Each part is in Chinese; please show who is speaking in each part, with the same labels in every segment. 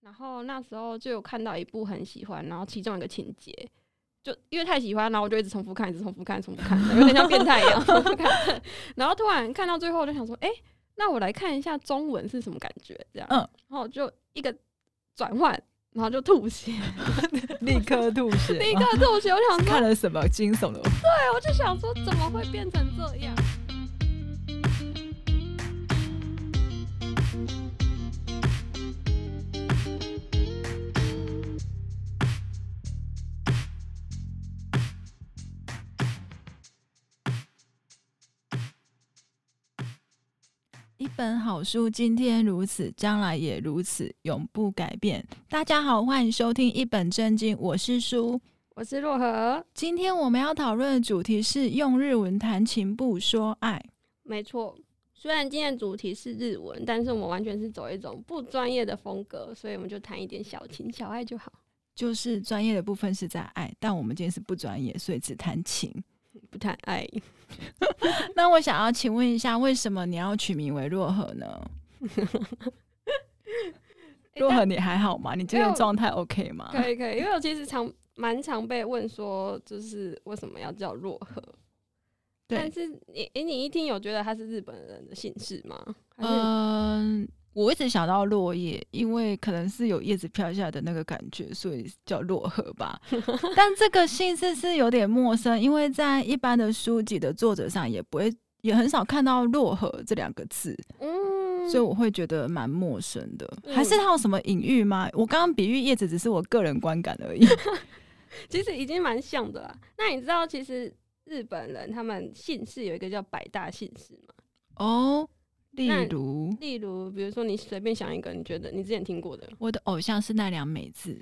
Speaker 1: 然后那时候就有看到一部很喜欢，然后其中一个情节，就因为太喜欢，然后我就一直重复看，一直重复看，重复看，有点像变态一样重复看。 然后突然看到最后，我就想说，哎、那我来看一下中文是什么感觉，这样。
Speaker 2: 嗯
Speaker 1: 然后就一个转换，然后就吐血，
Speaker 2: 立刻吐血。哦
Speaker 1: 第一个吐血，我想说
Speaker 2: 看了什么惊悚的？
Speaker 1: 对，我就想说怎么会变成这样？
Speaker 2: 一本好书，今天如此，将来也如此，永不改变。大家好，欢迎收听《一本正经》，我是书。
Speaker 1: 我是若何，
Speaker 2: 今天我们要讨论的主题是用日文谈情不说爱。
Speaker 1: 没错。虽然今天的主题是日文，但是我们完全是走一种不专业的风格，所以我们就谈一点小情小爱就好。
Speaker 2: 就是专业的部分是在爱，但我们今天是不专业，所以只谈情。
Speaker 1: 不谈爱，
Speaker 2: 那我想要请问一下，为什么你要取名为若何呢？若何，你还好吗？你今天的状态 OK 吗？
Speaker 1: 可以可以，因为我其实常蛮常被问说，就是为什么要叫若何？但
Speaker 2: 对，
Speaker 1: 是你诶，你一听有觉得他是日本人的姓氏吗？还是、
Speaker 2: 嗯、我一直想到落叶，因为可能是有叶子飘下来的那个感觉，所以叫落荷 吧。但这个姓氏是有点陌生，因为在一般的书籍的作者上也不会，也很少看到落荷这两个字。
Speaker 1: 嗯，
Speaker 2: 所以我会觉得蛮陌生的，
Speaker 1: 嗯
Speaker 2: 还是它有什么隐喻吗？我刚刚比喻叶子只是我个人观感 而已。
Speaker 1: 其实已经蛮像的啦。那你知道其实日本人他们姓氏有一个叫百大姓氏吗？
Speaker 2: 哦，例
Speaker 1: 那
Speaker 2: 如
Speaker 1: 例如，比如说你随便想一个，你觉得你之前听 过的
Speaker 2: 我的偶像是奈良美智，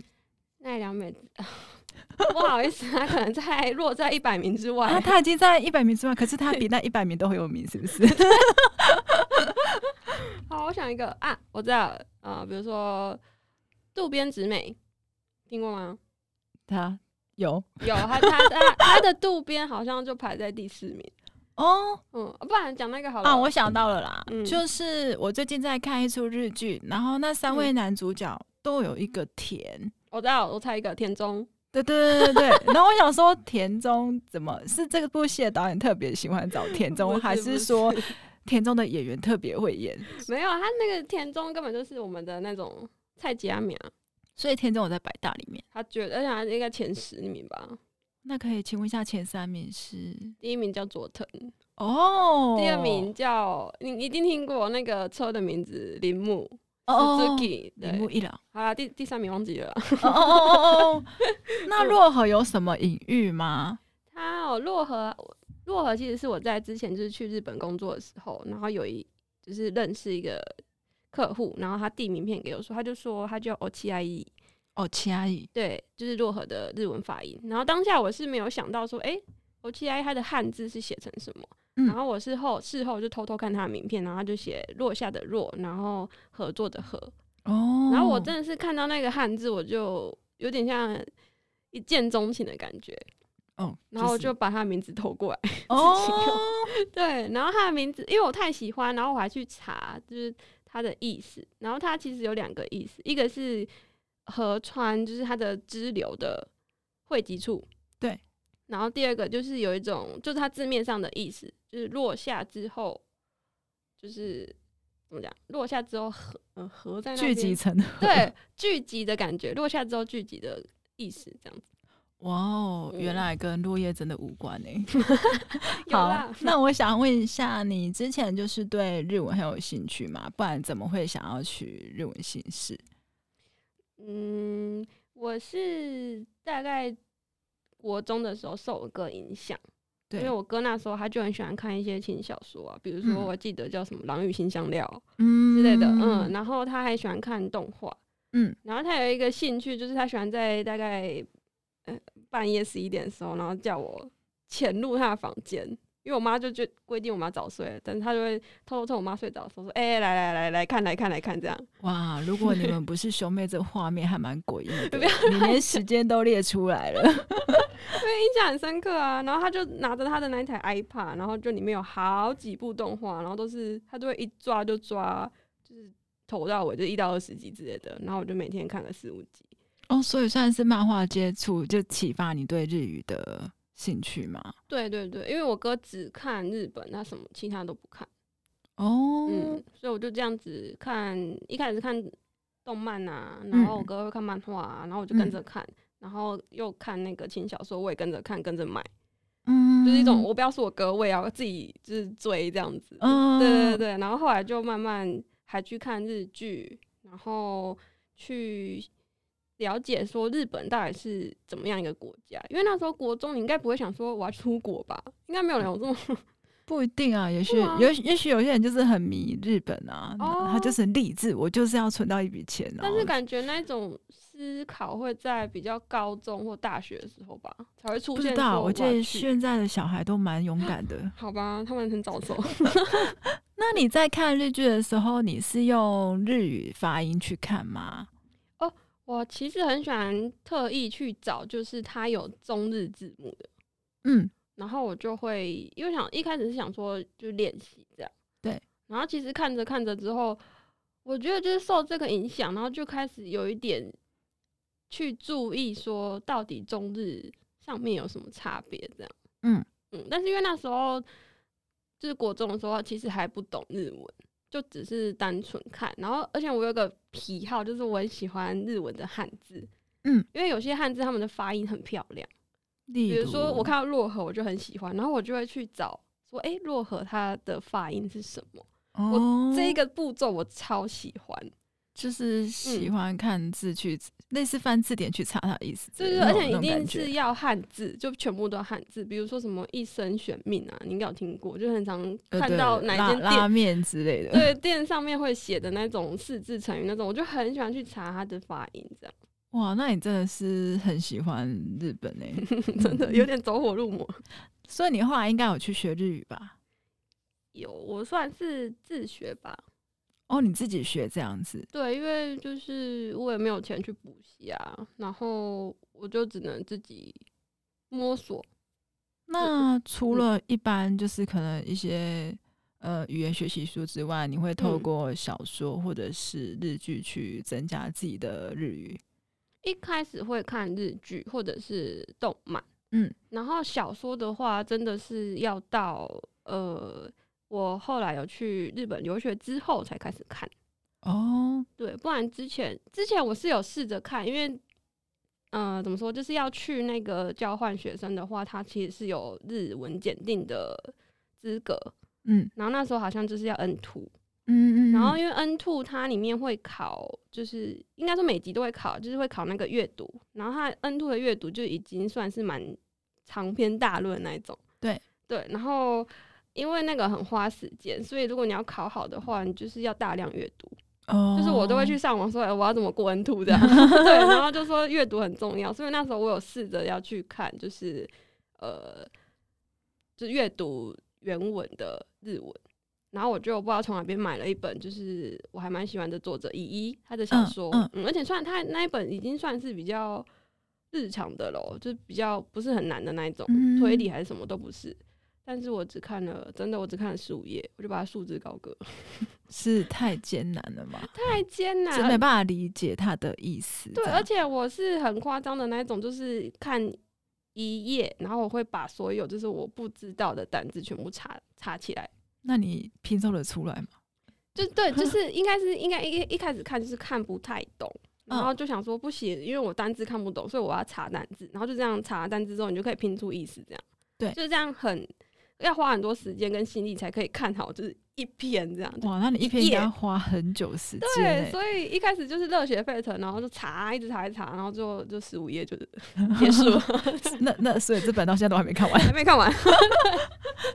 Speaker 1: 奈良美， 不好意思，他可能在落在一百名之外。
Speaker 2: 啊，他已经在一百名之外，可是他比那一百名都很有名，是不是？
Speaker 1: 好，我想一个啊，我知道了，呃，比如说渡边直美，听过吗？
Speaker 2: 他有
Speaker 1: 有，他他他他的渡边好像就排在第四名。
Speaker 2: 哦
Speaker 1: 嗯，不然讲那个好了。
Speaker 2: 啊，我想到了啦，
Speaker 1: 嗯
Speaker 2: 就是我最近在看一出日剧，然后那三
Speaker 1: 嗯
Speaker 2: 位男主角都有一个田。
Speaker 1: 我知道，我猜一个田中，
Speaker 2: 对对对对对， 然后我想说田中怎么是这部戏的导演特别喜欢找田
Speaker 1: 不
Speaker 2: 中，还
Speaker 1: 是不
Speaker 2: 是说田中的演员特别会演？
Speaker 1: 没有，啊他那个田中根本就是我们的那种菜吉阿米啊，
Speaker 2: 所以田中我在百大里面，
Speaker 1: 他觉得，而且他应该前十名吧。
Speaker 2: 那可以请问一下前三名是
Speaker 1: 第一名叫佐藤，
Speaker 2: 哦，
Speaker 1: 第二名叫你你一定听过那个车的名字铃木
Speaker 2: 哦，
Speaker 1: Suzuki，
Speaker 2: 铃木
Speaker 1: 对，
Speaker 2: 一郎。
Speaker 1: 好啦，第第三名忘记了啦。
Speaker 2: 哦哦哦哦哦， 那若何有什么隐喻吗？
Speaker 1: 他哦，洛河，洛河其实是我在之前就是去日本工作的时候，然后有一就是认识一个客户，然后他递名片给我说，他就说他叫 o c h i
Speaker 2: 哦，其他语
Speaker 1: 对，就是洛河的日文发音。然后当下我是没有想到说，诶 o c h i 它的汉字是写成什么？
Speaker 2: 嗯
Speaker 1: 然后我是后事后就偷偷看他的名片，然后他就写落下的落，然后合作的合。
Speaker 2: 哦，
Speaker 1: 然后我真的是看到那个汉字，我就有点像一见钟情的感觉，
Speaker 2: 哦，
Speaker 1: 然后我就是把他名字投过来。
Speaker 2: 哦，
Speaker 1: 对，然后他的名字，因为我太喜欢，然后我还去查，就是它的意思。然后它其实有两个意思，一个是河川，就是它的支流的汇集处。
Speaker 2: 对。
Speaker 1: 然后第二个就是有一种，就是它字面上的意思，就是落下之后，就是怎么讲？落下之后合，呃，合在那
Speaker 2: 聚集
Speaker 1: 边
Speaker 2: 成
Speaker 1: 对聚集的感觉，落下之后聚集的意思，这样子。
Speaker 2: 哇哦，
Speaker 1: 嗯
Speaker 2: 原来跟落叶真的无关呢、
Speaker 1: 有啦
Speaker 2: 好，那我想问一下，你之前就是对日文很有兴趣吗？不然怎么会想要取日文姓氏？
Speaker 1: 嗯，我是大概国中的时候受我哥影响，因
Speaker 2: 对
Speaker 1: 为，我哥那时候他就很喜欢看一些轻小说啊，比如说
Speaker 2: 嗯
Speaker 1: 我记得叫什么《狼与辛香料》
Speaker 2: 嗯
Speaker 1: 之类的，嗯，然后他还喜欢看动画，
Speaker 2: 嗯，
Speaker 1: 然后他有一个兴趣就是他喜欢在大概呃半夜十一点的时候，然后叫我潜入他的房间。因为我妈就就规定我妈早睡，但是他就会偷偷趁我妈睡着的时候说：“哎、来来来来看来看来看这样。”
Speaker 2: 哇，如果你们不是兄妹，这画面还蛮诡异 的
Speaker 1: 不要，
Speaker 2: 你连时间都列出 来了。
Speaker 1: 印象很深刻啊。然后他就拿着他的那一台 iPad，然后就里面有好几部动画，然后都是他都会一抓就抓，就是头到尾就一到二十集之类的，然后我就每天看个四五集。
Speaker 2: 哦，所以算是漫画接触就启发你对日语的兴趣嘛？
Speaker 1: 对对对，因为我哥只看日本，他什么其他都不看，
Speaker 2: 哦，
Speaker 1: 嗯，所以我就这样子看，一开始看动漫啊，然后我
Speaker 2: 嗯
Speaker 1: 哥会看漫画啊，然后我就跟着
Speaker 2: 嗯
Speaker 1: 看，然后又看那个轻小说，我也跟着看，跟着买，
Speaker 2: 嗯
Speaker 1: 就是一种我不要是我哥，我也要自己就是追这样子，
Speaker 2: 嗯，
Speaker 1: 对对对，然后后来就慢慢还去看日剧，然后去了解说日本到底是怎么样一个国家。因为那时候国中，你应该不会想说我要出国吧？应该没有人有这么
Speaker 2: 不一定啊，也许
Speaker 1: 吗
Speaker 2: 也许也许有些人就是很迷日本啊，
Speaker 1: 哦
Speaker 2: 他就是励志，我就是要存到一笔钱、啊。
Speaker 1: 但是感觉那种思考会在比较高中或大学的时候吧，才会出
Speaker 2: 不
Speaker 1: 现
Speaker 2: 知
Speaker 1: 说
Speaker 2: 道，
Speaker 1: 我
Speaker 2: 我觉
Speaker 1: 要
Speaker 2: 得
Speaker 1: 去
Speaker 2: 现在的小孩都蛮勇敢的。
Speaker 1: 好吧，他们很早 熟。
Speaker 2: 那你在看日剧的时候，你是用日语发音去看吗？
Speaker 1: 我其实很喜欢特意去找，就是它有中日字幕的，
Speaker 2: 嗯，
Speaker 1: 然后我就会因为想一开始是想说就练习这样，
Speaker 2: 对，
Speaker 1: 然后其实看着看着之后，我觉得就是受这个影响，然后就开始有一点去注意说到底中日上面有什么差别这样，
Speaker 2: 嗯
Speaker 1: 嗯，但是因为那时候就是国中的时候，其实还不懂日文。就只是单纯看，然后而且我有个癖好，就是我很喜欢日文的汉字，
Speaker 2: 嗯，
Speaker 1: 因为有些汉字他们的发音很漂亮。
Speaker 2: 例
Speaker 1: 比
Speaker 2: 如
Speaker 1: 如说我看到洛河，我就很喜欢，然后我就会去找说，诶，洛河它的发音是什么？
Speaker 2: 哦，
Speaker 1: 这一个步骤我超喜欢，
Speaker 2: 就是喜
Speaker 1: 嗯
Speaker 2: 欢看字去、类似翻字典去查它的意思之
Speaker 1: 就
Speaker 2: 类
Speaker 1: 是
Speaker 2: 的，
Speaker 1: 而
Speaker 2: 那种
Speaker 1: 且一定
Speaker 2: 那种
Speaker 1: 是
Speaker 2: 感觉
Speaker 1: 要汉字，就全部都要汉字。比如说什么一生选命啊，你应该有听过，就很常
Speaker 2: 呃
Speaker 1: 看
Speaker 2: 对
Speaker 1: 到哪间
Speaker 2: 拉拉
Speaker 1: 店。
Speaker 2: 面之类的。
Speaker 1: 对店上面会写的那种四字成语那种，我就很喜欢去查它的发音，这样
Speaker 2: 哇，那你真的是很喜欢日本诶、
Speaker 1: 真的
Speaker 2: 嗯
Speaker 1: 有点走火入魔。
Speaker 2: 所以你后来应该有去学日语吧？
Speaker 1: 有，我算是自学吧，
Speaker 2: 哦，你自己学这样子，
Speaker 1: 对，因为就是我也没有钱去补习啊，然后我就只能自己摸索。
Speaker 2: 那
Speaker 1: 嗯
Speaker 2: 除了一般就是可能一些呃语言学习书之外，你会透
Speaker 1: 嗯
Speaker 2: 过小说或者是日剧去增加自己的日语。
Speaker 1: 一开始会看日剧或者是动漫，
Speaker 2: 嗯，
Speaker 1: 然后小说的话，真的是要到呃，我后来有去日本留学之后才开始看。
Speaker 2: 哦，
Speaker 1: 对，不然之前之前我是有试着看，因为。呃，怎么说？就是要去那个交换学生的话，他其实是有日文检定的资格，
Speaker 2: 嗯
Speaker 1: 然后那时候好像就是要 N two，
Speaker 2: 嗯嗯，
Speaker 1: 然后因为 N two 它里面会考，就是应该说每集都会考，就是会考那个阅读，然后它 N two 的阅读就已经算是蛮长篇大论那一种。
Speaker 2: 对
Speaker 1: 对，然后因为那个很花时间，所以如果你要考好的话，你就是要大量阅读。
Speaker 2: 哦，
Speaker 1: 就是我都会去上网说，哎、我要怎么过 N two 这样。 对，然后就说阅读很重要，所以那时候我有试着要去看，就是呃，就阅读原文的日文。然后我就不知道从哪边买了一本，就是我还蛮喜欢的作者乙一他的小
Speaker 2: 嗯
Speaker 1: 说，
Speaker 2: 嗯
Speaker 1: 而且算他那一本已经算是比较日常的咯，就是比较不是很难的那一种，
Speaker 2: 嗯
Speaker 1: 推理还是什么都不是。但是我只看了，真的我只看了十五页，我就把它束之高阁，
Speaker 2: 是太艰难了嘛，
Speaker 1: 太艰难
Speaker 2: 是
Speaker 1: 了，
Speaker 2: 没办法理解它的意思这
Speaker 1: 对，
Speaker 2: 样。
Speaker 1: 而且我是很夸张的那一种，就是看一页，然后我会把所有就是我不知道的单字全部查查起来。
Speaker 2: 那你拼凑得出来吗？
Speaker 1: 就对， 就是应该是应该一一开始看就是看不太懂，然
Speaker 2: 嗯
Speaker 1: 后就想说不行，因为我单字看不懂，所以我要查单字，然后就这样查单字之后，你就可以拼出意思，这样。
Speaker 2: 对
Speaker 1: 就是这样很要花很多时间跟心力才可以看好，就是一篇这样。
Speaker 2: 哇，那你一篇
Speaker 1: 页
Speaker 2: 应该要花很久时间
Speaker 1: 对，
Speaker 2: 欸、
Speaker 1: 所以一开始就是热血沸腾，然后就查，一直查，一直查，然后就就十五页就是 结束 了，
Speaker 2: 欸那那所以这本到现在都还没看完，
Speaker 1: 还没看完。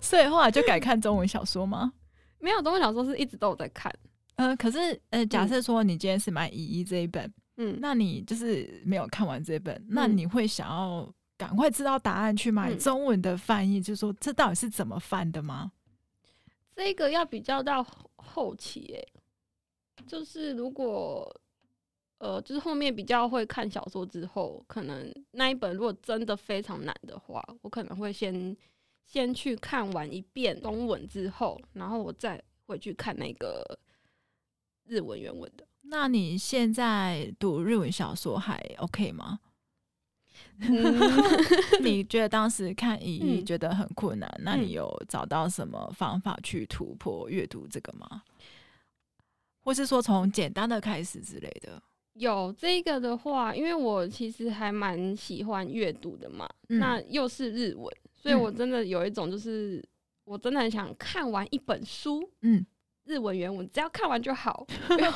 Speaker 2: 所以后来就改看中文小说吗？
Speaker 1: 没有中文小说是一直都有在看，
Speaker 2: 呃，可是呃，假
Speaker 1: 嗯
Speaker 2: 设说你今天是买乙一这一本，
Speaker 1: 嗯，
Speaker 2: 那你就是没有看完这本，那
Speaker 1: 嗯
Speaker 2: 你会想要赶快知道答案去买
Speaker 1: 嗯
Speaker 2: 中文的翻译，就是说这到底是怎么翻的吗？
Speaker 1: 这个要比较到后后期诶、就是如果呃，就是后面比较会看小说之后，可能那一本如果真的非常难的话，我可能会先先去看完一遍中文之后，然后我再回去看那个日文原文的。
Speaker 2: 那你现在读日文小说还 OK 吗？
Speaker 1: 嗯
Speaker 2: 你觉得当时看乙一
Speaker 1: 嗯
Speaker 2: 觉得很困难，那你
Speaker 1: 嗯
Speaker 2: 有找到什么方法去突破阅读这个吗？或是说从简单的开始之类的？
Speaker 1: 有这个的话，因为我其实还蛮喜欢阅读的嘛，
Speaker 2: 嗯
Speaker 1: 那又是日文，所以我
Speaker 2: 嗯
Speaker 1: 真的有一种就是我真的很想看完一本书，
Speaker 2: 嗯，
Speaker 1: 日文原文只要看完就好，不用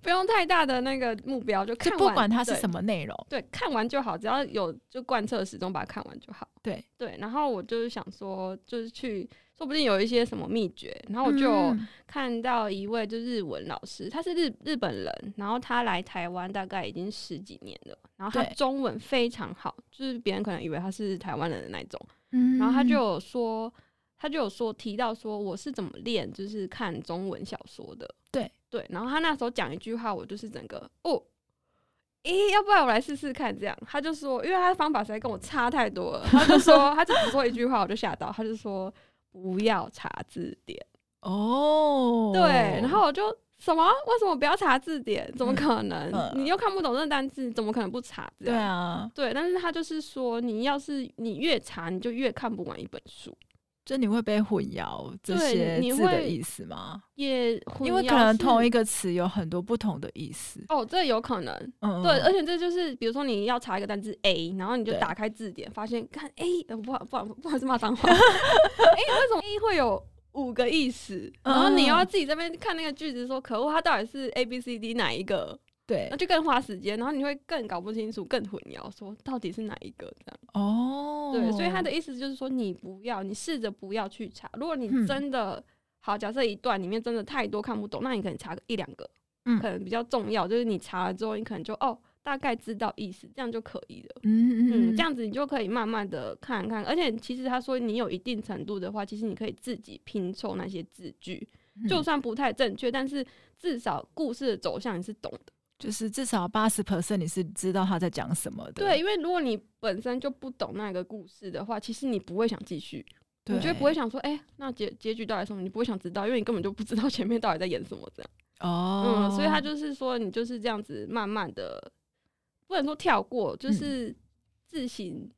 Speaker 1: 不用太大的那个目标，就
Speaker 2: 就
Speaker 1: 看完，
Speaker 2: 不管它是
Speaker 1: 对
Speaker 2: 什么内容，
Speaker 1: 对，看完就好，只要有就贯彻始终把它看完就好。
Speaker 2: 对
Speaker 1: 对，然后我就是想说，就是去，说不定有一些什么秘诀，然后我就有
Speaker 2: 嗯
Speaker 1: 看到一位就日文老师，他是日日本人，然后他来台湾大概已经十几年了，然后他
Speaker 2: 对
Speaker 1: 中文非常好，就是别人可能以为他是台湾人的那一种，
Speaker 2: 嗯
Speaker 1: 然后他就有说，他就有说提到说我是怎么练，就是看中文小说的，
Speaker 2: 对
Speaker 1: 对，然后他那时候讲一句话，我就是整个哦。诶、要不然我来试试看，这样。他就说，因为他的方法实在跟我差太多了，他就说，他就只说一句话，我就吓到。他就说，不要查字典。
Speaker 2: 哦，
Speaker 1: 对，然后我就什么？为什么不要查字典？怎么可能？
Speaker 2: 嗯
Speaker 1: 你又看不懂这单字，怎么可能不查？这
Speaker 2: 对
Speaker 1: 样
Speaker 2: 啊，
Speaker 1: 对，但是他就是说，你要是你越查，你就越看不完一本书，
Speaker 2: 就你会被混淆这
Speaker 1: 对
Speaker 2: 些
Speaker 1: 你
Speaker 2: 字的
Speaker 1: 会
Speaker 2: 意思吗？
Speaker 1: 也
Speaker 2: 因为可能同一
Speaker 1: 个
Speaker 2: 个词有很多不同的意思。
Speaker 1: 哦，这有可能。
Speaker 2: 嗯，
Speaker 1: 对，而
Speaker 2: 且
Speaker 1: 且这就是，比如说你要查一个单字 A，然后你就
Speaker 2: 对
Speaker 1: 打开字典，发现看 A，呃不好不好不好意思骂脏 话，A 为什么 A 会有五个意思？然后你
Speaker 2: 嗯
Speaker 1: 要自己这边看那个句子说，可恶，它到底是 A B C D 哪一个？
Speaker 2: 对
Speaker 1: 那就更花时间，然后你会更搞不清楚，更混淆，说到底是哪一个这样。
Speaker 2: 哦，
Speaker 1: 对，所以他的意思就是说，你不要，你试着不要去查。如果你
Speaker 2: 嗯
Speaker 1: 真的、好，假设一段里面真的太多看不懂，那你可能查个一两个，
Speaker 2: 嗯
Speaker 1: 可能比较重要，就是你查了之后，你可能就哦大概知道意思，这样就可以了。
Speaker 2: 嗯嗯
Speaker 1: 嗯，
Speaker 2: 嗯
Speaker 1: 这样子你就可以慢慢的看看，而且其实他说你有一定程度的话，其实你可以自己拼凑那些字句，
Speaker 2: 嗯
Speaker 1: 就算不太正确，但是至少故事的走向你是懂的。
Speaker 2: 就是至少八十 percent 你是知道他在讲什么的。
Speaker 1: 对，因为如果你本身就不懂那个故事的话，其实你不会想继续，
Speaker 2: 对，
Speaker 1: 你就不会想说，哎、那结结局到底是什么？你不会想知道，因为你根本就不知道前面到底在演什么这样。
Speaker 2: 哦，
Speaker 1: 嗯，所以他就是说，你就是这样子慢慢的，不能说跳过，
Speaker 2: 嗯
Speaker 1: 就是自行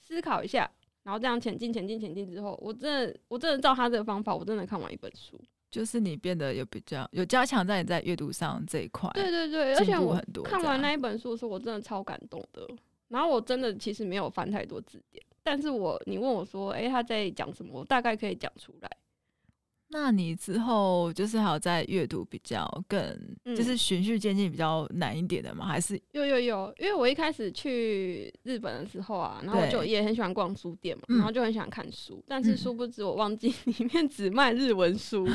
Speaker 1: 思考一下，然后这样前进、前进、前进之后，我真的我真的照他这个方法，我真的看完一本书。
Speaker 2: 就是你变得有比较有加强在你在阅读上这一块，
Speaker 1: 对对对，而
Speaker 2: 进
Speaker 1: 且
Speaker 2: 步
Speaker 1: 我
Speaker 2: 很多这样。
Speaker 1: 看完那一本书的时候，我真的超感动的。然后我真的其实没有翻太多字典，但是我你问我说，诶，他在讲什么，我大概可以讲出来。
Speaker 2: 那你之后就是还有在阅读比较更，
Speaker 1: 嗯
Speaker 2: 就是循序渐进比较难一点的吗？还是
Speaker 1: 有有有，因为我一开始去日本的时候啊，然后我
Speaker 2: 对
Speaker 1: 就也很喜欢逛书店嘛，
Speaker 2: 嗯
Speaker 1: 然后就很想看书，但是
Speaker 2: 嗯
Speaker 1: 殊不知我忘记 里面只卖日文 书，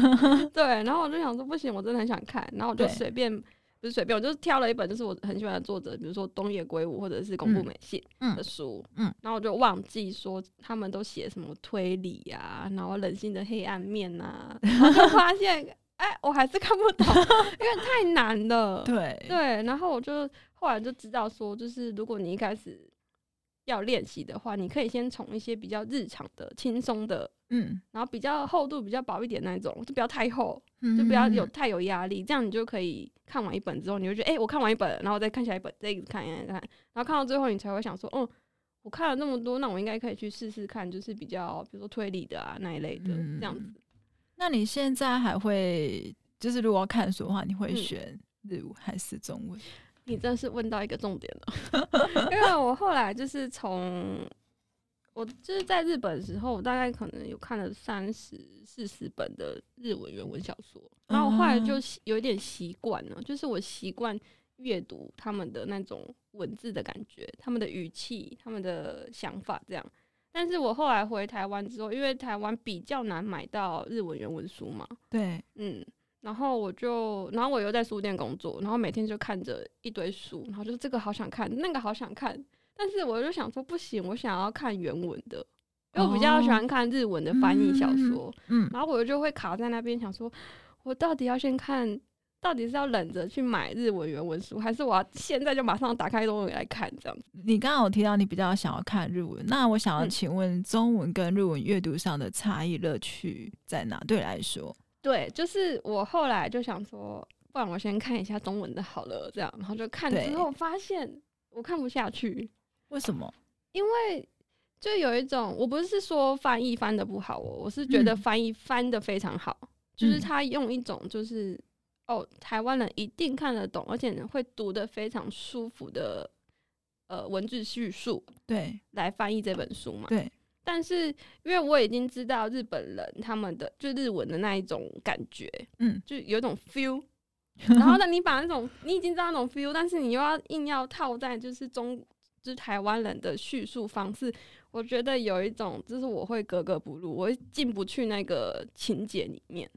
Speaker 1: 对，然后我就想说不行，我真的很想看，然后我就
Speaker 2: 对
Speaker 1: 随便不是随便，我就挑了一本就是我很喜欢的作者，比如说东野圭吾或者是宫部
Speaker 2: 嗯
Speaker 1: 美信
Speaker 2: 嗯
Speaker 1: 的书，
Speaker 2: 嗯
Speaker 1: 然后我就忘记说他们都写什么推理啊，然后人性的黑暗面啊，然后就发现 哎，我还是看不懂， 因为太难了，
Speaker 2: 对
Speaker 1: 对，然后我就后来就知道说，就是如果你一开始要练习的话，你可以先从一些比较日常的、轻松的，
Speaker 2: 嗯，
Speaker 1: 然后比较厚度比较薄一点那一种，就不要太厚，
Speaker 2: 就
Speaker 1: 就不要有
Speaker 2: 嗯
Speaker 1: 太有压力，这样你就可以看完一本之后，你会觉得，哎、我看完一本，然后再看下一本，再一直看，一直看，然后看到最后，你才会想说，嗯，我看了那么多，那我应该可以去试试看，就是比较比如说推理的啊那一类的、这样子。
Speaker 2: 那你现在还会就是如果要看书的话，你会
Speaker 1: 嗯
Speaker 2: 选日文还是中 文？
Speaker 1: 你真是问到一个重点了，因为我后来就是从我就是在日本的时候，我大概可能有看了三十四十本的日文原文小说，然后我后来就习有一点习惯了，就是我习惯阅读他们的那种文字的感觉，他们的语气、他们的想法这样。但是我后来回台湾之后，因为台湾比较难买到日文原文书嘛，
Speaker 2: 对，
Speaker 1: 嗯，然后我就，然后我又在书店工作，然后每天就看着一堆书，然后就是这个好想看，那个好想看，但是我就想说不行，我想要看原文的，因为我比较喜欢看日文的翻译小说，
Speaker 2: 哦嗯，
Speaker 1: 然后我就会卡在那边想说，我到底要先看。到底是要忍着去买日文原文书，还是我要现在就马上打开中文来看这样子？
Speaker 2: 你刚刚有提到你比较想要看日文，那我想要
Speaker 1: 嗯
Speaker 2: 请问中文跟日文阅读上的差异乐趣在哪？对你来说，
Speaker 1: 对，就是我后来就想说，不然我先看一下中文的好了，这样，然后就看
Speaker 2: 对
Speaker 1: 之后发现我看不下去，
Speaker 2: 为什么？
Speaker 1: 因为就有一种，我不是说翻译翻的不好哦，我是觉得
Speaker 2: 嗯
Speaker 1: 翻译翻的非常好，就是
Speaker 2: 嗯
Speaker 1: 他用一种就是哦，台湾人一定看得懂，而且会读的非常舒服的呃文字叙述
Speaker 2: 对
Speaker 1: 来翻译这本书嘛。
Speaker 2: 对，
Speaker 1: 但是因为我已经知道日本人他们的就日文的那一种感觉，
Speaker 2: 嗯，
Speaker 1: 就有一种 feel。然后呢，你把那种你已经知道那种 feel，但是你又要硬要套在就是中就是台湾人的叙述方式，我觉得有一种就是我会格格不入，我会进不去那个情节里面。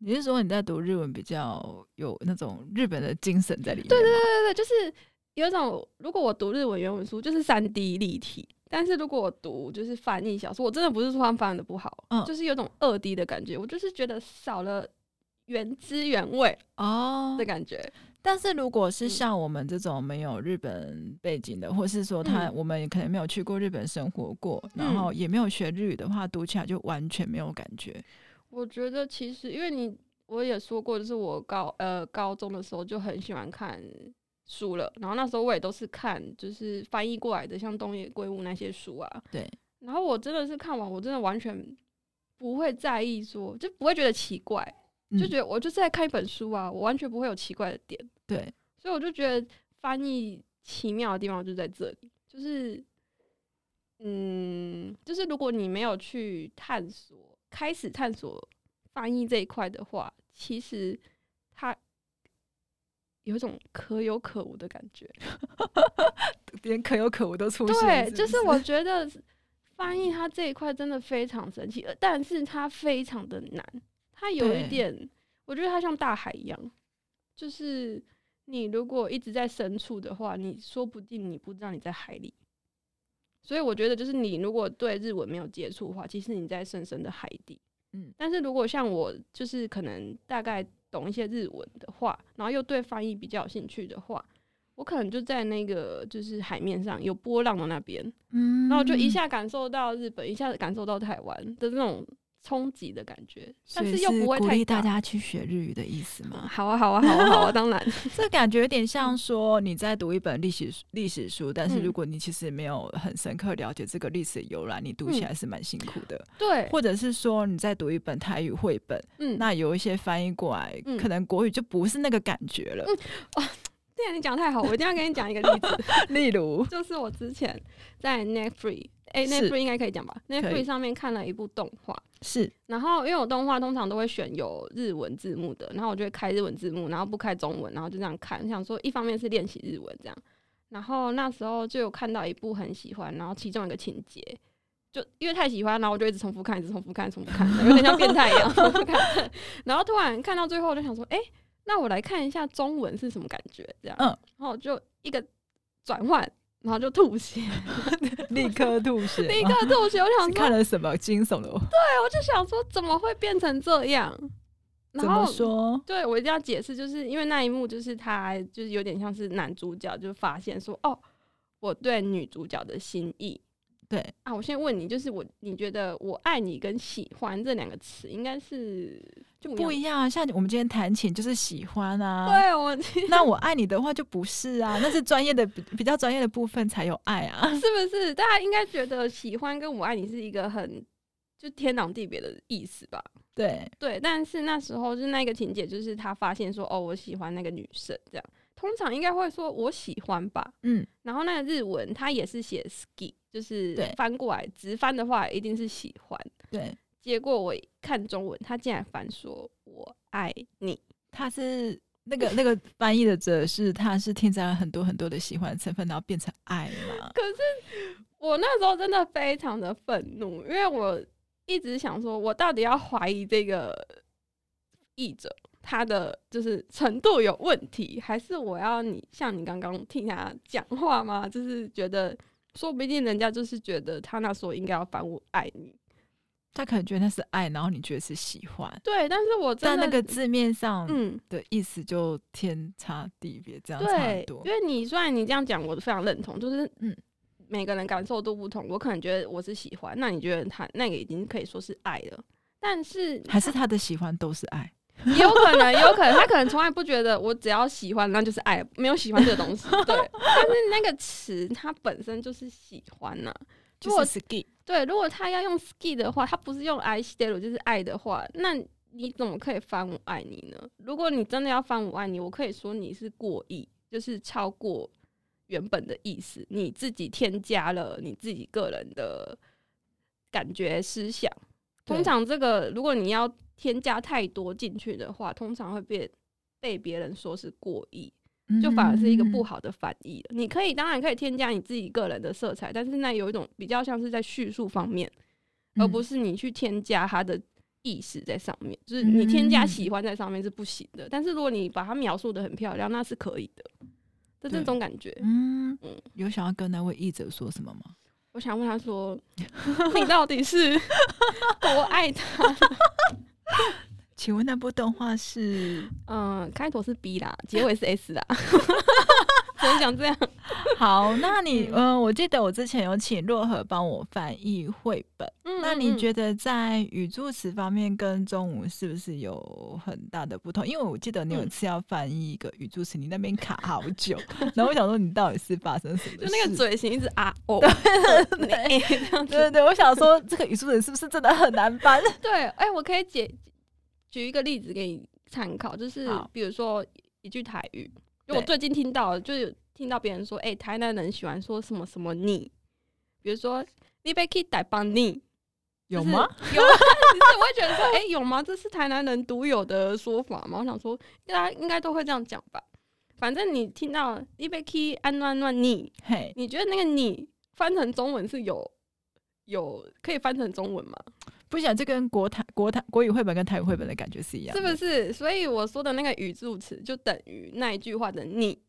Speaker 2: 你是说你在读日文比较有那种日本的精神在里面？
Speaker 1: 对对，对对，就是有一种如果我读日文原文书就是三 D 立体，但是如果我读就是翻译小说，我真的不是说他们翻的不好，
Speaker 2: 嗯
Speaker 1: 就是有种二 D 的感觉，我就是觉得少了原汁原味
Speaker 2: 哦
Speaker 1: 的，感觉。
Speaker 2: 但是如果是
Speaker 1: 嗯
Speaker 2: 像我们这种没有日本背景的，或是说他
Speaker 1: 嗯
Speaker 2: 我们可能没有去过日本生活过，然
Speaker 1: 嗯
Speaker 2: 后也没有学日语的话，读起来就完全没有感觉。
Speaker 1: 我觉得其实因为你我也说过，就是我高呃高中的时候就很喜欢看书了，然后那时候我也都是看就是翻译过来的，像东野圭吾那些书啊。
Speaker 2: 对。
Speaker 1: 然后我真的是看完，我真的完全不会在意说，就不会觉得奇怪，就
Speaker 2: 嗯
Speaker 1: 觉得我就是在看一本书啊，我完全不会有奇怪的点。
Speaker 2: 对，
Speaker 1: 所以我就觉得翻译奇妙的地方就在这里，就是，嗯，就是如果你没有去探索，开始探索翻译这一块的话，其实它有一种可有可无的感觉。
Speaker 2: 连可有可无都出现。
Speaker 1: 对，
Speaker 2: 不
Speaker 1: 就是 我觉得翻译它这一块真的非常神奇，呃但是它非常的难，它有
Speaker 2: 对
Speaker 1: 一点，我觉得它像大海一样，就是你如果一直在深处的话，你说不定你不知道你在海里。所以我觉得，就是你如果对日文没有接触的话，其实你在深深的海底。
Speaker 2: 嗯，
Speaker 1: 但是如果像我，就是可能大概懂一些日文的话，然后又对翻译比较有兴趣的话，我可能就在那个就是海面上有波浪的那边，
Speaker 2: 嗯
Speaker 1: 然后就一下感受到日本，一下子感受到台湾的那种冲击的感觉，但
Speaker 2: 所以
Speaker 1: 是又不会
Speaker 2: 鼓
Speaker 1: 太
Speaker 2: 励大
Speaker 1: 大。
Speaker 2: 家去学日语的意思
Speaker 1: 嗯
Speaker 2: 吗？ 嗯
Speaker 1: 好啊，好啊，好啊，好啊！当然，
Speaker 2: 这感觉有点像说你在读一本历史历史书，但是
Speaker 1: 嗯
Speaker 2: 如果你其实没有很深刻了解这个历史的由来，你读起来是蛮辛苦的。
Speaker 1: 对，
Speaker 2: 或者是说你在读一本台语绘本，
Speaker 1: 嗯，
Speaker 2: 那有一些翻译过来，
Speaker 1: 嗯
Speaker 2: 可能国语就不是那个感觉了。
Speaker 1: 既然你讲得太好，我一定要跟你讲一个例子，
Speaker 2: 例 如，
Speaker 1: 就是我之前在 Netflix，哎、
Speaker 2: 是
Speaker 1: n e t f l i x 应该可以讲吧
Speaker 2: 可以
Speaker 1: ？Netflix 上面看了一部动画，
Speaker 2: 是
Speaker 1: 然后因为我动画通常都会选有日文字幕的，然后我就会开日文字幕，然后不开中文，然后就这样看，想说一方面是练习日文这样。然后那时候就有看到一部很喜欢，然后其中一个情节，就因为太喜欢，然后我就一直重复看，一直重复看，重复看，有点像变态一样重复看。 然后突然看到最后，我就想说，哎、那我来看一下中文是什么感觉这样。
Speaker 2: 嗯
Speaker 1: 然后我就一个转换，然后就吐血，
Speaker 2: 立刻吐血 吗，
Speaker 1: 立刻吐血。我想
Speaker 2: 是
Speaker 1: 说，
Speaker 2: 看了什么惊悚的？
Speaker 1: 我就想说，怎么会变成这样？
Speaker 2: 怎
Speaker 1: 然
Speaker 2: 么
Speaker 1: 后
Speaker 2: 说？
Speaker 1: 对，我一定要解释，就是因为那一幕，就是他就是有点像是男主角就发现说，哦，我对女主角的心意
Speaker 2: 对，
Speaker 1: 啊。我先问你，就是我你觉得“我爱你”跟“喜欢”这两个词应该是就
Speaker 2: 不一样啊。像我们今天弹琴就是喜欢啊，
Speaker 1: 对，我 是
Speaker 2: 那我爱你的话就不是啊，那是专业的比比较专业的部分才有爱啊。
Speaker 1: 不是大家应该觉得“喜欢”跟“我爱你”是一个很就天壤地别的意思吧？
Speaker 2: 对，
Speaker 1: 对，但是那时候就是那个情节，就是他发现说，哦，我喜欢那个女生，这样通常应该会说我喜欢吧，
Speaker 2: 嗯，
Speaker 1: 然后那个日文它也是写 ski，就是
Speaker 2: 对
Speaker 1: 翻过来直翻的话一定是喜欢，
Speaker 2: 对，
Speaker 1: 结果我看中文，他竟然翻说我爱你，
Speaker 2: 它是。那个那个翻译的者是，他是添加了很多很多的喜欢成分，然后变成爱嘛？
Speaker 1: 我那时候真的非常的愤怒，因为我一直想说，我到底要怀疑这个译者他的就是程度有问题，还是我要你像你刚刚听他讲话吗？就是觉得说不定人家就是觉得他那时候应该要翻我爱你，
Speaker 2: 他可能觉得那是爱，然后你觉得是喜欢，
Speaker 1: 对，但是我真
Speaker 2: 在
Speaker 1: 的
Speaker 2: 那个字面上，
Speaker 1: 嗯。
Speaker 2: 的意思就天差地别，这样差很
Speaker 1: 对，
Speaker 2: 多
Speaker 1: 因。为你虽然你这样讲，我非常认同，就是
Speaker 2: 嗯
Speaker 1: 嗯，每个人感受度不同，我可能觉得我是喜欢，那你觉得他那个已经可以说是爱了，但是
Speaker 2: 还是他的喜欢都是爱，
Speaker 1: 也有可能，也有可能，他可能从来不觉得我只要喜欢，那就是爱，没有喜欢这个东西。对，但是那个词它本身就是喜欢啊呐、如
Speaker 2: 就
Speaker 1: 果
Speaker 2: 是 ski，
Speaker 1: 对，如果他要用 ski 的话，他不是用 I s t e l 就是爱的话，那你怎么可以翻我爱你呢？如果你真的要翻我爱你，我可以说你是过意，就是超过原本的意思，你自己添加了你自己个人的感觉思想。通
Speaker 2: 对
Speaker 1: 常这个，如果你要添加太多进去的话，通常会被被别人说是过意。就反而是一个不
Speaker 2: 好。
Speaker 1: 好的反义了。你可以当然可以添加你自己个人的色彩，但是那有一种比较像是在叙述方面，而不
Speaker 2: 是
Speaker 1: 是你去添加它的意识在上面。就是你添
Speaker 2: 嗯
Speaker 1: 加喜欢在上面是不行的，但是如果你把它描述的很漂亮，那是可以的。这这
Speaker 2: 对
Speaker 1: 种感觉，
Speaker 2: 嗯
Speaker 1: 嗯，
Speaker 2: 有想要跟那位译者说什么 吗？
Speaker 1: 我想问他说：“你到底 是多爱他
Speaker 2: 请问那部动画是？”
Speaker 1: 嗯，开头是 B 啦，结尾是 S 啦，怎么讲这样？
Speaker 2: 好？那你
Speaker 1: 嗯
Speaker 2: 嗯、呃我记得我之前有请若何帮我翻译绘本，那你
Speaker 1: 得
Speaker 2: 觉得在语助词方面跟中文是不是有很大的不同？因为我记得你有一
Speaker 1: 嗯
Speaker 2: 次要翻译一个语助词，你那边卡好久， 然后我想说你到底是发生什么
Speaker 1: 就
Speaker 2: 事？
Speaker 1: 那个嘴型一直啊哦，欸
Speaker 2: 对，
Speaker 1: 这样子
Speaker 2: 对对对，我想说这个语助词是不是真的很难翻？
Speaker 1: 对，哎、我可以解举一个例子给你参考，就是
Speaker 2: 好
Speaker 1: 比如说一句台语，就我
Speaker 2: 对
Speaker 1: 最近听到的，就是有听到别人说，哎、台南人喜欢说什么什么你，比如说你被 k i 逮帮你，
Speaker 2: 有
Speaker 1: 有
Speaker 2: 吗？？
Speaker 1: 啊， 就是我会觉得说，哎、有吗？这是台南人独有的说法吗？我想说，大家应该都会这样讲吧。反正你听到你被 k i 安暖暖你，
Speaker 2: 嘿，
Speaker 1: 你觉得那个你翻成中文是有有可以翻成中文吗？
Speaker 2: 不想这跟国台国台国语绘本跟台语绘本的感觉是一样的，
Speaker 1: 是不是？所以我说的那个语助词就等于那一句话的你，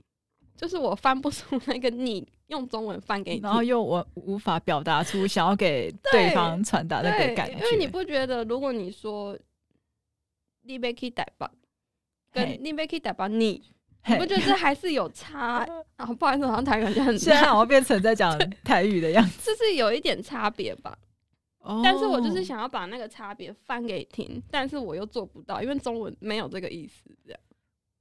Speaker 1: 就是我翻不出那个你，用中文翻给你
Speaker 2: 然后
Speaker 1: 听。
Speaker 2: 又我无法表达出想要给对方传达那个
Speaker 1: 对
Speaker 2: 感，觉，
Speaker 1: 因为你不觉得，如果你说“你被 k 逮吧”跟
Speaker 2: 嘿
Speaker 1: “你被 k 逮吧”，你你
Speaker 2: 嘿
Speaker 1: 不觉得这还是有差？啊，不好意思，好像台语感觉很
Speaker 2: 现在
Speaker 1: 差，
Speaker 2: 好像变成在讲台语的样 子。
Speaker 1: 这是有一点差别吧？
Speaker 2: 哦
Speaker 1: 但是我就是，想要把那个差别翻给你听，但是我又做不到，因为中文没有这个意思。这样，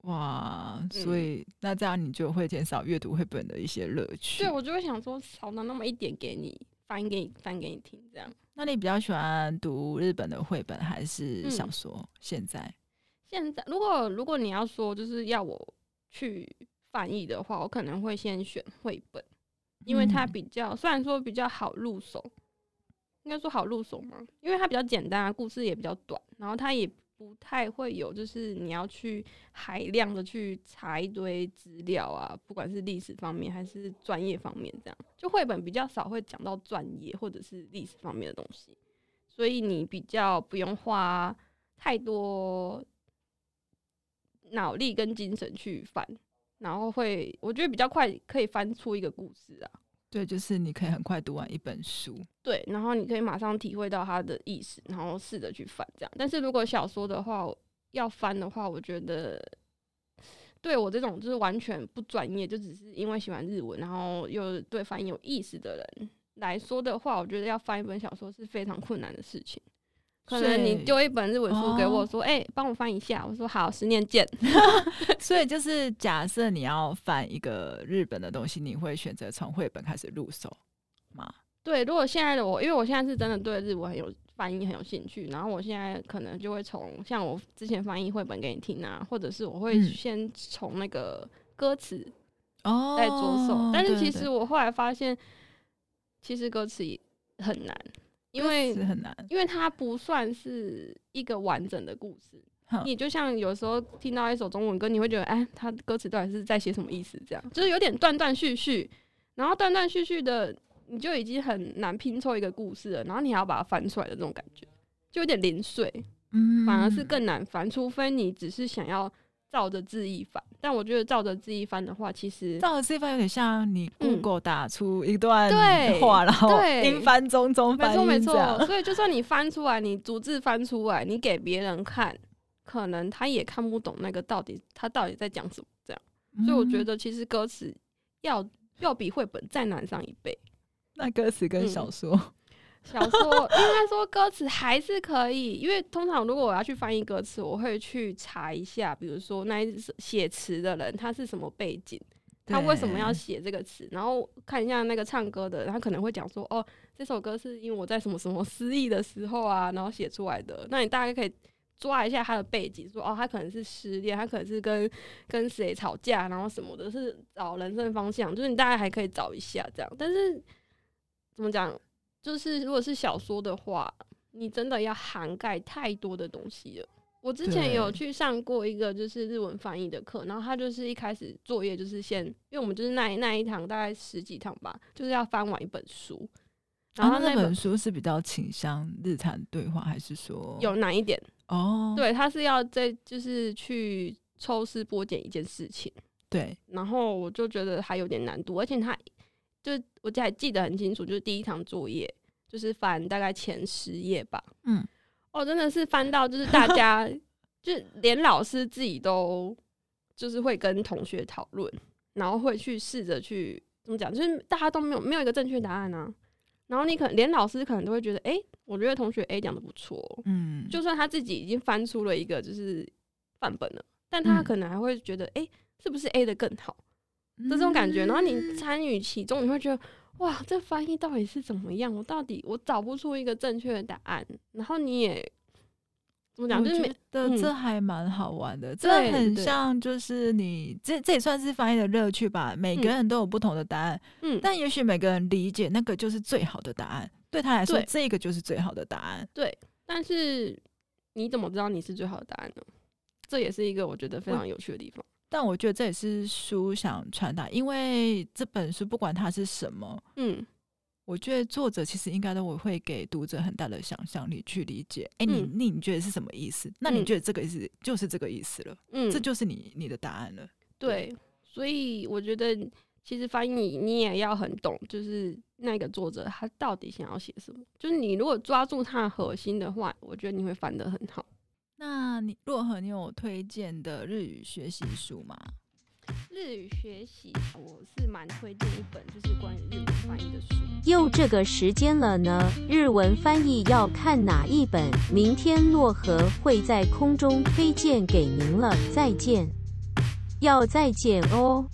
Speaker 2: 哦哇，所以、那这样你就会减少阅读绘本的一些乐趣
Speaker 1: 对。我就会想说，少拿那么一点给你翻给你翻给你听，这样。
Speaker 2: 那你比较喜欢读日本的绘本还是小
Speaker 1: 嗯
Speaker 2: 说？现在
Speaker 1: 现在如果如果你要说就是要我去翻译的话，我可能会先选绘本，因为它
Speaker 2: 嗯
Speaker 1: 比较、虽然说比较好入手，应该说好入手嘛，因为它比较简单啊，故事也比较短，然后它也不太会有就是你要去海量的去查一堆资料啊，不管是历史方面还是专业方面，这样就绘本比较少会讲到专业或者是历史方面的东西，所以你比较不用花太多脑力跟精神去翻，然后会我觉得比较快可以翻出一个故事啊。
Speaker 2: 对，就是你可以很快读完一本书。
Speaker 1: 对，然后你可以马上体会到它的意思，然后试着去翻这样。但是如果小说的话，我要翻的话，我觉得对我这种就是完全不专业，就只是因为喜欢日文，然后又对翻译有意思的人来说的话，我觉得要翻一本小说是非常困难的事情。可能
Speaker 2: 所
Speaker 1: 你
Speaker 2: 以
Speaker 1: 丢一本日文书给我
Speaker 2: 哦
Speaker 1: 说：“哎、帮、我翻一下。”我说：“好，十年见。”
Speaker 2: 所以就是假设你要翻一个日本的东西，你会选择从绘本开始入手吗？
Speaker 1: 对，如果现在的我，因为我现在是真的对日文很有翻译很有兴趣，然后我现在可能就会从像我之前翻译绘本给你听啊，或者是我会
Speaker 2: 嗯
Speaker 1: 先从那个歌词
Speaker 2: 哦
Speaker 1: 在着手，但是
Speaker 2: 对
Speaker 1: 其
Speaker 2: 对
Speaker 1: 实我后来发现，其实歌词也很难，因为
Speaker 2: 是很难。
Speaker 1: 因为它不算是一个完整的故事
Speaker 2: 哼。
Speaker 1: 你就像有时候听到一首中文歌，你会觉得，哎，它歌词到底是在写什么意思？这样就是有点断断续续，然后断断续续的，你就已经很难拼凑一个故事了，然后你还要把它翻出来的这种感觉，就有点零碎，
Speaker 2: 嗯
Speaker 1: 反而是更难翻。除非你只是想要照着字义翻，但我觉得照着字义翻的话，其实
Speaker 2: 造的这番有点像你
Speaker 1: 嗯
Speaker 2: Google 打出一段
Speaker 1: 对
Speaker 2: 话，然后
Speaker 1: 对
Speaker 2: 英翻中 中
Speaker 1: 没
Speaker 2: 翻
Speaker 1: 错没
Speaker 2: 英这
Speaker 1: 错，
Speaker 2: 样。
Speaker 1: 所以就算你翻出来，你逐字翻出来，你给别人看，可能他也看不懂那个到底他到底在讲什么。这样，所以我觉
Speaker 2: 嗯
Speaker 1: 得其实歌词要要比绘本再难上一倍。
Speaker 2: 那歌词跟
Speaker 1: 嗯
Speaker 2: 小说，
Speaker 1: 小说应该说歌词还是可以，因为通常如果我要去翻译歌词，我会去查一下，比如说那一写词的人他是什么背景，他为什么要
Speaker 2: 对
Speaker 1: 写这个词，然后看一下那个唱歌的人，他可能会讲说，哦，这首歌是因为我在什么什么失意的时候啊，然后写出来的。那你大概可以抓一下他的背景，说，哦，他可能是失恋，他可能是跟跟谁吵架，然后什么的，是找人生方向，就是你大概还可以找一下这样。但是怎么讲，就是如果是小说的话，你真的要涵盖太多的东西了。我之前
Speaker 2: 对
Speaker 1: 有去上过一个就是日文翻译的课，然后他就是一开始作业就是先，因为我们就是那一那一堂大概十几堂吧，就是要翻完一本书，然
Speaker 2: 然
Speaker 1: 后
Speaker 2: 后
Speaker 1: 他那
Speaker 2: 哦啊那
Speaker 1: 本
Speaker 2: 本书是比较倾向日常对话，还是说
Speaker 1: 有难一点，
Speaker 2: 哦？
Speaker 1: 对，他是要在就是去抽丝剥茧一件事情，
Speaker 2: 对
Speaker 1: 然后我就觉得还有点难度，而且他就我还记得很清楚，就是第一堂作业就是翻大概前十页吧，
Speaker 2: 嗯，
Speaker 1: 哦，真的是翻到就是大家就是连老师自己都就是会跟同学讨论，然后会去试着去怎么讲，就是大家都没有没有一个正确答案啊，然后你可能连老师可能都会觉得，诶，我觉得同学 A 讲的不错哦、
Speaker 2: 嗯，
Speaker 1: 就算他自己已经翻出了一个就是范本了，但他
Speaker 2: 嗯
Speaker 1: 可能还会觉得，诶，是不是 A 的更好？这种感觉。然后
Speaker 2: 嗯
Speaker 1: 你参与其中，你会觉得哇，这翻译到底是怎么样？我到底我找不出一个正确的答案。然后你也怎么讲，
Speaker 2: 我
Speaker 1: 就是没
Speaker 2: 觉得
Speaker 1: 嗯
Speaker 2: 这还蛮好玩的，这
Speaker 1: 对
Speaker 2: 很
Speaker 1: 对
Speaker 2: 像就是你这这也算是翻译的乐趣吧。每个
Speaker 1: 嗯
Speaker 2: 人都有不同的答案，
Speaker 1: 嗯，
Speaker 2: 但也许每个人理解那个就是最好的答案，对他来说
Speaker 1: 对
Speaker 2: 这个就是最好的答案。
Speaker 1: 但是你怎么知道你是最好的答案呢？这也是一个我觉得非
Speaker 2: 我
Speaker 1: 常有趣的地方。
Speaker 2: 但我觉得这也是书想传达，因为这本书不管它是什么，
Speaker 1: 嗯，
Speaker 2: 我觉得作者其实应该都会给读者很大的想象力去理解。哎、你
Speaker 1: 嗯
Speaker 2: 你你觉得是什么意思？那你
Speaker 1: 嗯
Speaker 2: 觉得这个意思就是这个意思了，
Speaker 1: 嗯，
Speaker 2: 这就是你你的答案了。
Speaker 1: 对，所以我觉得其实翻译你也要很懂，就是那个作者他到底想要写什么。就是你如果抓住他的核心的话，我觉得你会翻得很好。
Speaker 2: 那你若何，你有推荐的日语学习书吗？
Speaker 1: 日语学习，我是蛮推荐一本就是关于日文翻译的书。
Speaker 3: 又这个时间了呢，日文翻译要看哪一本？明天洛河会在空中推荐给您了，再见，要再见哦。